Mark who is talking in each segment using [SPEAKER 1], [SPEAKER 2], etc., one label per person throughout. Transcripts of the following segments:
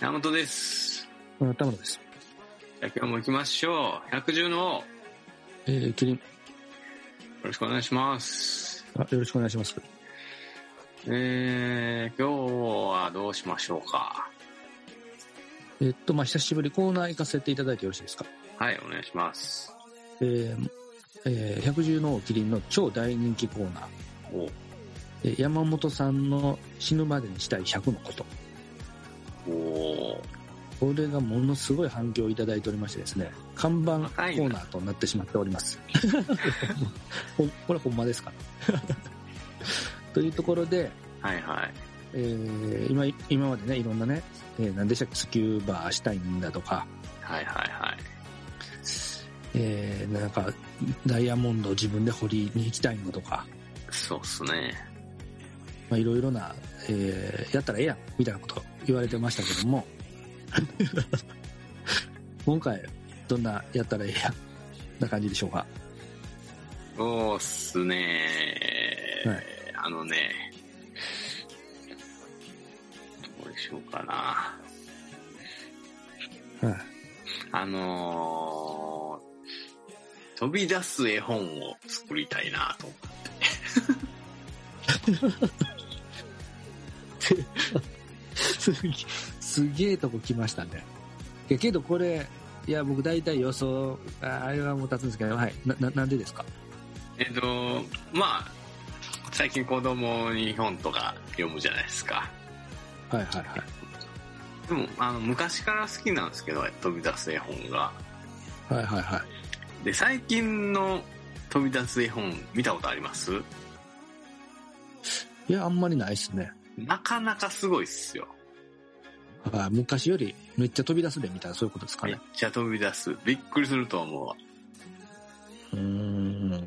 [SPEAKER 1] 山本です。
[SPEAKER 2] 村田村です。
[SPEAKER 1] じゃあ今日も行きましょう。110の王よ
[SPEAKER 2] えー、キリン。
[SPEAKER 1] ろしくお願いします。
[SPEAKER 2] あ、よろしくお願いします。
[SPEAKER 1] えー、今日はどうしましょうか。
[SPEAKER 2] えっと、まあ、久しぶり、コーナー行かせていただいてよろしいですか。
[SPEAKER 1] はい、お願いします。
[SPEAKER 2] えー、えー、百獣の王キリンの超大人気コーナー。
[SPEAKER 1] お
[SPEAKER 2] えー山本さんの死ぬまでにしたい100のこと。
[SPEAKER 1] お
[SPEAKER 2] これがものすごい反響をいただいておりましてですね、看板コ
[SPEAKER 1] はい
[SPEAKER 2] ーナーとなってしまっております。ほん これほんまですかというところで、
[SPEAKER 1] はいはい。
[SPEAKER 2] えー今、今までね、いろんなね、えー、何でしたっけ、スキューバーしたいんだとか、
[SPEAKER 1] はいはいはい。
[SPEAKER 2] えー、なんか、ダイヤモンドを自分で掘りに行きたいのとか、
[SPEAKER 1] そうっすね。
[SPEAKER 2] まあ、いろいろな、えー、やったらええやん、みたいなこと言われてましたけども、 今回、どんなやったらええやん、な感じでしょうか。
[SPEAKER 1] そうっすね、
[SPEAKER 2] はい
[SPEAKER 1] あのね、どうでしょうかな。
[SPEAKER 2] はい。
[SPEAKER 1] あのー、飛び出す絵本を作りたいなと思って。
[SPEAKER 2] すげえ すげえとこ来ましたね。いやけどこれ、いや、僕大体予想、ああれはもう立つんですけど、はい。な、ななんでですか
[SPEAKER 1] えっと、まあ、最近子供に本とか読むじゃないですか。
[SPEAKER 2] はいはいはい。
[SPEAKER 1] でも、あの、昔から好きなんですけど、飛び出す絵本が。
[SPEAKER 2] はいはいはい。
[SPEAKER 1] で、最近の飛び出す絵本見たことあります
[SPEAKER 2] いや、あんまりないっすね。
[SPEAKER 1] なかなかすごいっすよ。
[SPEAKER 2] あ昔よりめっちゃ飛び出すでみたいなそういうことですか
[SPEAKER 1] めっ
[SPEAKER 2] ね。
[SPEAKER 1] ちゃ飛び出す。びっくりすると思うわ。
[SPEAKER 2] うーん。例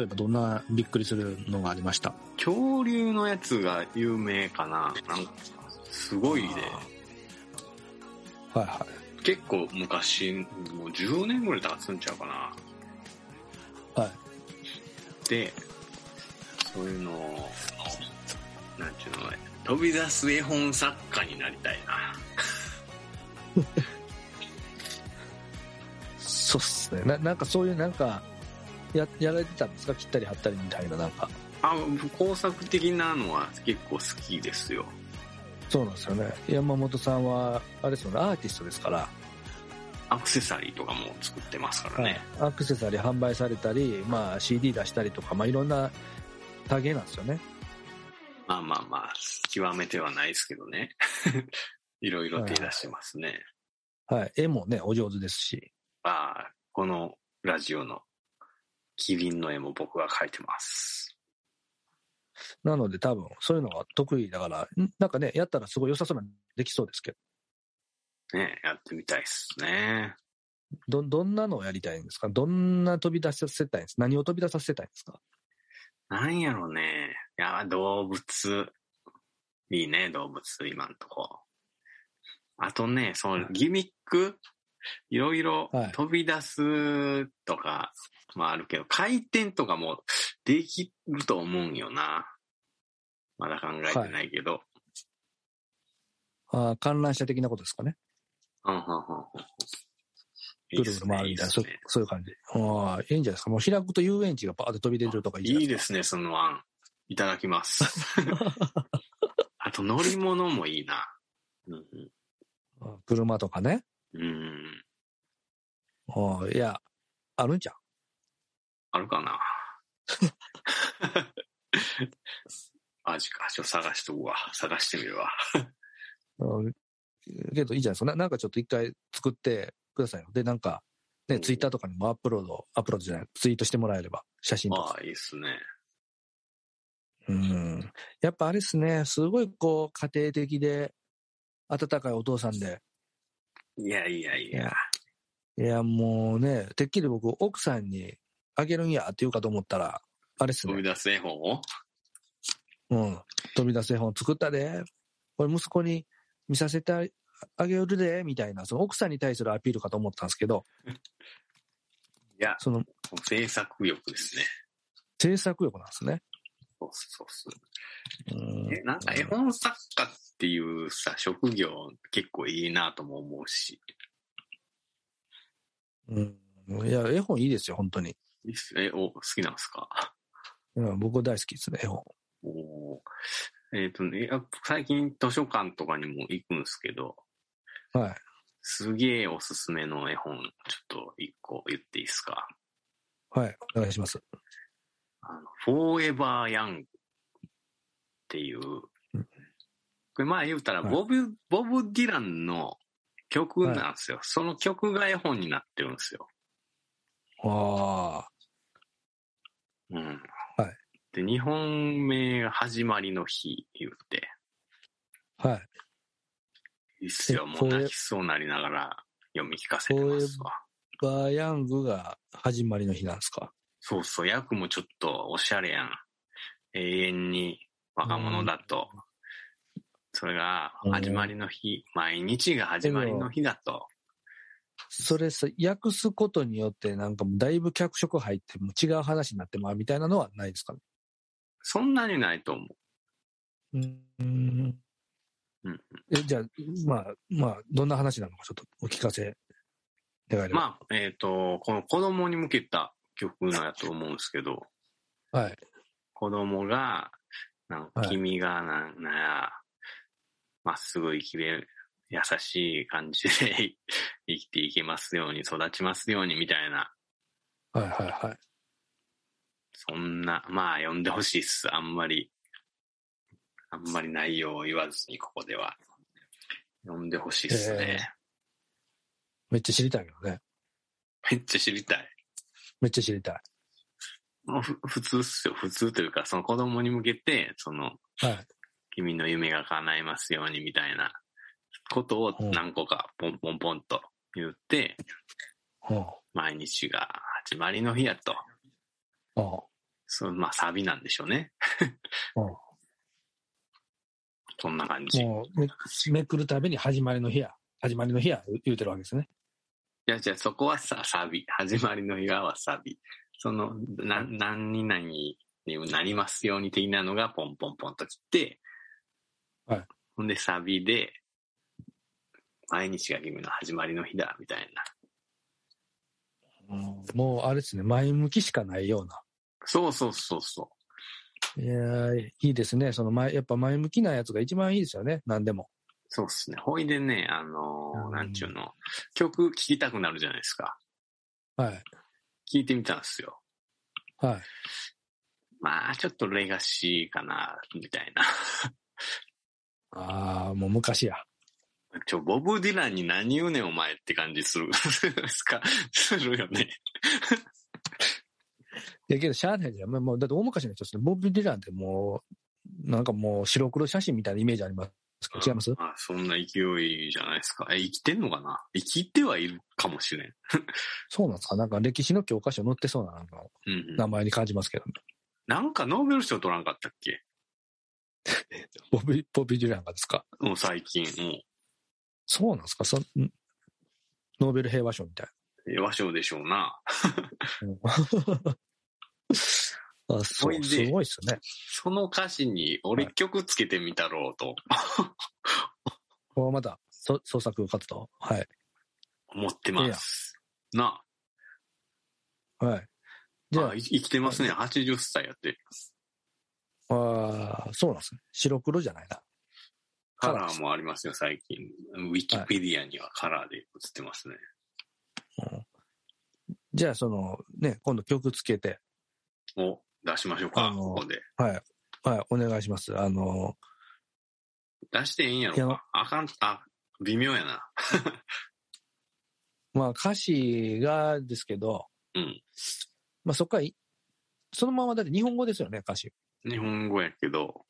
[SPEAKER 2] えばどんなびっくりするのがありました
[SPEAKER 1] 恐竜のやつが有名かな。なんか、すごいで、
[SPEAKER 2] あーはいは
[SPEAKER 1] 結構昔、もう10年ぐらい経つんちゃうかな。
[SPEAKER 2] い。はい。
[SPEAKER 1] で、そういうのを、なんちゅうの、飛び出す絵本作家になりたいな。
[SPEAKER 2] そうっすね。ななんかそういうなんか、や、やられてたんですか切ったり貼ったりみたいななんか。
[SPEAKER 1] あ、工作的なのは結構好きですよ。
[SPEAKER 2] そうなんですよね。山本さんは、あれですよね、アーティストですから。
[SPEAKER 1] アクセサリーとかも作ってますからね。
[SPEAKER 2] アクセサリー販売されたり、まあ CD 出したりとか、まあいろんな多芸なんですよね。
[SPEAKER 1] まあまあまあ、極めてはないですけどね。 いろいろ手出してますね。
[SPEAKER 2] はい。絵もね、お上手ですし。
[SPEAKER 1] ああ、このラジオのキリンの絵も僕が描いてます。
[SPEAKER 2] なので多分、そういうのが得意だから、んなんかね、やったらすごい良さそうなのできそうですけど、
[SPEAKER 1] ね、やってみたいっすね。
[SPEAKER 2] ど、どんなのをやりたいんですかどんな飛び出させたいんです何を飛び出させたいんですか
[SPEAKER 1] なんやろね。いや、動物。いいね、動物、今んとこ。あとね、そのギミック、いろいろ
[SPEAKER 2] はい
[SPEAKER 1] 飛び出すとかもあるけど、回転とかもできると思うんよな。まだ考えてないけど。
[SPEAKER 2] あー観覧車的なことですかね
[SPEAKER 1] うんうんうんうんいい
[SPEAKER 2] ぐ
[SPEAKER 1] っ
[SPEAKER 2] るぐ
[SPEAKER 1] す
[SPEAKER 2] る回
[SPEAKER 1] ね。
[SPEAKER 2] る
[SPEAKER 1] いい
[SPEAKER 2] み
[SPEAKER 1] った
[SPEAKER 2] い
[SPEAKER 1] す
[SPEAKER 2] な、そう
[SPEAKER 1] ね。
[SPEAKER 2] そういう感じ。ああ、いいんじゃないですか。もう開くと遊園地がバーッと飛び出るとかいいじゃない
[SPEAKER 1] い
[SPEAKER 2] いで
[SPEAKER 1] ですね、その案。いただき ます。あと乗り物もいいな。うん
[SPEAKER 2] すか。車とかね。
[SPEAKER 1] うん、うん、
[SPEAKER 2] あーいや、あるんじゃん。
[SPEAKER 1] あるかな。 マジか、ちょっと探しとくわ。探してみるわ。
[SPEAKER 2] うんけどいいじゃないですか。ななんかちょっと一回作ってくださいよ。で、なんか、
[SPEAKER 1] う
[SPEAKER 2] ね、
[SPEAKER 1] ん
[SPEAKER 2] ツイッターとかにもアップロード、アップロードじゃない、ツイートしてもらえれば、写真とか
[SPEAKER 1] あ。あ、いいっすね。
[SPEAKER 2] うんやっぱあれですね、すごいこう、家庭的で、温かいお父さんで、
[SPEAKER 1] いやいやいや。
[SPEAKER 2] いや、もうね、てっきり僕、奥さんにあげるんやって言うかと思ったら、あれっす
[SPEAKER 1] 飛び
[SPEAKER 2] ね、
[SPEAKER 1] 出す絵本を
[SPEAKER 2] うん、飛び出す絵本作ったで、これ息子に見させてあげるで、みたいな、その奥さんに対するアピールかと思ったんですけど、
[SPEAKER 1] いや、
[SPEAKER 2] その
[SPEAKER 1] 制作欲ですね。
[SPEAKER 2] 制作欲なんですね。
[SPEAKER 1] そうそうそう。
[SPEAKER 2] うん
[SPEAKER 1] え、なんか絵本作家っっていうさ、職業結構いいなとも思うし。
[SPEAKER 2] うん。いや、絵本いいですよ、本当に。
[SPEAKER 1] え、お、好きなんですか
[SPEAKER 2] うん、僕大好きですね、絵本。
[SPEAKER 1] おーえっ、とね、やっぱ最近図書館とかにも行くんですけど、
[SPEAKER 2] はい。
[SPEAKER 1] すげえおすすめの絵本、ちょっと一個言っていいですか。
[SPEAKER 2] はい、お願いします。
[SPEAKER 1] あの、フォーエバーヤングっていう、これまあ言うたら、
[SPEAKER 2] はい
[SPEAKER 1] ボブ、ボブ・ディランの曲なんですよ。その曲が絵本になってるんですよ。
[SPEAKER 2] ああ、
[SPEAKER 1] うん。
[SPEAKER 2] はい
[SPEAKER 1] で、日本名が始まりの日言って、
[SPEAKER 2] は
[SPEAKER 1] い
[SPEAKER 2] い。
[SPEAKER 1] いっすよ、
[SPEAKER 2] え
[SPEAKER 1] も
[SPEAKER 2] フ
[SPEAKER 1] う
[SPEAKER 2] ォーエ
[SPEAKER 1] 泣きそうになりながら読み聞かせてますわ。
[SPEAKER 2] バーヤングが始まりの日なんですか。
[SPEAKER 1] そうそう、役もちょっとおしゃれやん。永遠に若者だと。それが
[SPEAKER 2] うん
[SPEAKER 1] 始まりの日、毎日が始まりの日だと。
[SPEAKER 2] それさ、訳すことによって、なんかもうだいぶ脚色入って、もう違う話になってまうみたいなのはないですかね。
[SPEAKER 1] そんなにないと思う。
[SPEAKER 2] うん。
[SPEAKER 1] うん
[SPEAKER 2] えじゃあ、まあ、まあ、どんな話なのかちょっとお聞かせ願えれば。
[SPEAKER 1] まあ、えっ、と、この子供に向けた曲なんやと思うんですけど、
[SPEAKER 2] はい。
[SPEAKER 1] 子供が、なんか
[SPEAKER 2] はい
[SPEAKER 1] 君がなんなんや、まっすぐ生きれ、優しい感じで 生きていけますように、育ちますようにみたいな、
[SPEAKER 2] はいはいはい。
[SPEAKER 1] そんな、まあ読んでほしいっす。あんまり、あんまり内容を言わずにここでは。読んでほしいっすね。
[SPEAKER 2] めっちゃ知りたいけどね。
[SPEAKER 1] めっちゃ知りたい。
[SPEAKER 2] めっちゃ知りたい。
[SPEAKER 1] もうふ普通っすよ。普通というか、その子供に向けて、その、
[SPEAKER 2] はい。
[SPEAKER 1] 君の夢が叶いますようにみたいなことを
[SPEAKER 2] うん
[SPEAKER 1] 何個かポンポンポンと言って、
[SPEAKER 2] うん。うん。
[SPEAKER 1] 毎日が始まりの日やと。そう、まあサビなんでしょうね。
[SPEAKER 2] うん
[SPEAKER 1] そんな感じ。い
[SPEAKER 2] もうめ、めくるたびに始まりの日や。始まりの日や、言うてるわけですね。
[SPEAKER 1] や、じゃあそこはさ、サビ。始まりの日はサビ。その、な、何々になりますように的なのがポンポンポンと来て、
[SPEAKER 2] はい。
[SPEAKER 1] ほんでサビで、毎日が君の始まりの日だ、みたいな。
[SPEAKER 2] うんもう、あれですね、前向きしかないような。
[SPEAKER 1] そうそうそうそう。
[SPEAKER 2] いやーいいですね。その前、やっぱ前向きなやつが一番いいですよね。何でも。
[SPEAKER 1] そうっすね。ほいでね、あのー
[SPEAKER 2] うん
[SPEAKER 1] なんちゅうの、曲聴きたくなるじゃないですか。
[SPEAKER 2] はい。
[SPEAKER 1] 聴いてみたんですよ。
[SPEAKER 2] はい。
[SPEAKER 1] まあ、ちょっとレガシーかな、みたいな。
[SPEAKER 2] ああ、もう昔や。
[SPEAKER 1] ちょ、ボブ・ディランに何言うねん、お前って感じする。 すか、するよね。
[SPEAKER 2] いやけど、しゃあないじゃん。まあもう、だって大昔の人ですね。ボブ・ディランってもう、なんかもう白黒写真みたいなイメージありますけど。違います、
[SPEAKER 1] あそんな勢いじゃないですか。え、生きてんのかな生きてはいるかもしれん。
[SPEAKER 2] そうなんですかなんか歴史の教科書載ってそうな、なんか、
[SPEAKER 1] うんう
[SPEAKER 2] 名
[SPEAKER 1] ん。
[SPEAKER 2] 前に感じますけど、ね、
[SPEAKER 1] なんかノーベル賞取らんかったっけ
[SPEAKER 2] ボブ、ボブ・ディランがですか
[SPEAKER 1] もう最近、も、
[SPEAKER 2] そうなんですかそんノーベル平和賞みたいう
[SPEAKER 1] 和賞でしょうな。
[SPEAKER 2] な。あそ、
[SPEAKER 1] ほいうです
[SPEAKER 2] ごいっすね。
[SPEAKER 1] その歌詞に、俺曲つけてみたろうと
[SPEAKER 2] こうまた、そ創作活動。はい。
[SPEAKER 1] 思ってます。なあ。
[SPEAKER 2] はい。じ
[SPEAKER 1] じ
[SPEAKER 2] ゃ
[SPEAKER 1] ゃ
[SPEAKER 2] あ
[SPEAKER 1] あ、、い生きてますね。80歳やって。
[SPEAKER 2] ああ、そうなんですね。白黒じゃないな。
[SPEAKER 1] カ
[SPEAKER 2] カラ
[SPEAKER 1] ラ
[SPEAKER 2] ー
[SPEAKER 1] ーもありますよ、最近。ウィキペディアにはカラーで映ってますね。
[SPEAKER 2] じゃあ、その、ね、今度曲つけて、
[SPEAKER 1] を出しましょうか、
[SPEAKER 2] あの
[SPEAKER 1] ここで。
[SPEAKER 2] はい、お願いします。あの、
[SPEAKER 1] 出してええんやろ
[SPEAKER 2] いや
[SPEAKER 1] か。あかん、あ、微妙やな。
[SPEAKER 2] まあ、歌詞がですけど、
[SPEAKER 1] うん。
[SPEAKER 2] まあ、そっからい、そのままだって日本語ですよね、歌詞。
[SPEAKER 1] 日本語やけど、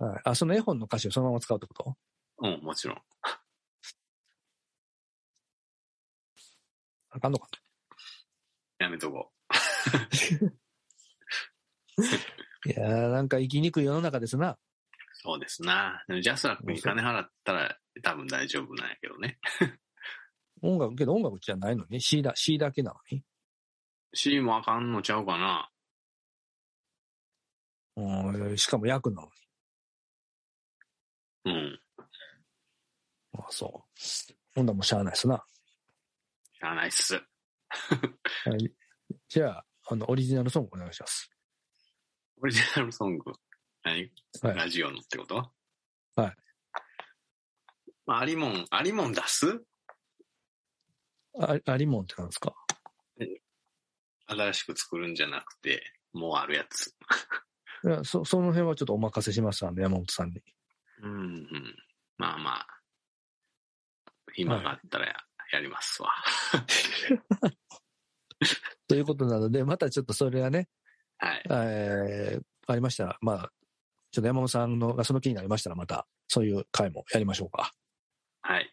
[SPEAKER 2] はい。あ、その絵本の歌詞をそのまま使うってこと
[SPEAKER 1] うん、もちろん。
[SPEAKER 2] あかんのか
[SPEAKER 1] やめとこ
[SPEAKER 2] いやー、なんか生きにくい世の中ですな。
[SPEAKER 1] う。そうですな。でもジャスラックに金払ったら多分大丈夫なんやけどね。
[SPEAKER 2] 音楽、けど音楽じゃないのに、C だ、C だけなのに。
[SPEAKER 1] C もあかんのちゃうかな。
[SPEAKER 2] うん、しかも訳なのに。
[SPEAKER 1] うん。
[SPEAKER 2] あそう。ほんだもうしゃあないっすな。
[SPEAKER 1] 知らないっす。
[SPEAKER 2] はい。じゃあ、あの、オリジナルソングお願いします。
[SPEAKER 1] オリジナルソング。何、
[SPEAKER 2] はい
[SPEAKER 1] ラジオのってこと
[SPEAKER 2] はい。
[SPEAKER 1] まあ、ありもん、ありもん出す
[SPEAKER 2] あありもんってなんですか
[SPEAKER 1] 新しく作るんじゃなくて、もうあるやつ。
[SPEAKER 2] いやそその辺はちょっとお任せしましたんで、山本さんに。
[SPEAKER 1] うん、うん。まあまあ、暇があったらや,、りますわ。
[SPEAKER 2] ということなので、またちょっとそれはね、
[SPEAKER 1] はい。
[SPEAKER 2] えーありましたら、まあ、ちょっと山本さんのがその気になりましたら、また、そういう回もやりましょうか。
[SPEAKER 1] はい。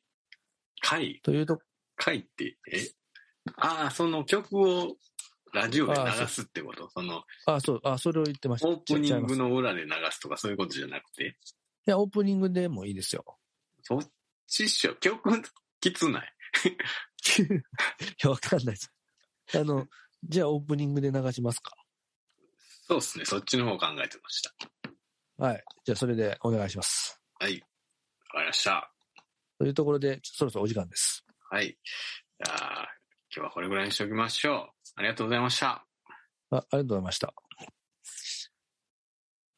[SPEAKER 1] 回、
[SPEAKER 2] というと、
[SPEAKER 1] 回って、えああ、その曲をラジオで流すってことその、
[SPEAKER 2] あ、そう、あ、それを言ってました。
[SPEAKER 1] オープニ
[SPEAKER 2] ちゃい
[SPEAKER 1] ン
[SPEAKER 2] ます
[SPEAKER 1] グ
[SPEAKER 2] い
[SPEAKER 1] の裏で流すとかそういうことじゃなくて、
[SPEAKER 2] や、オープニングでもいいですよ。
[SPEAKER 1] そっちっしょ、曲きつない。
[SPEAKER 2] いや、わかんないです。あの、じゃあオープニングで流しますか。
[SPEAKER 1] そうですね、そっちの方考えてました。
[SPEAKER 2] はい。じゃあそれでお願いします。
[SPEAKER 1] はい。わかりました。
[SPEAKER 2] というところで、そろそろお時間です。
[SPEAKER 1] はい。じゃあ、今日はこれぐらいにしておきましょう。ありがとうございました。
[SPEAKER 2] あありがとうございました。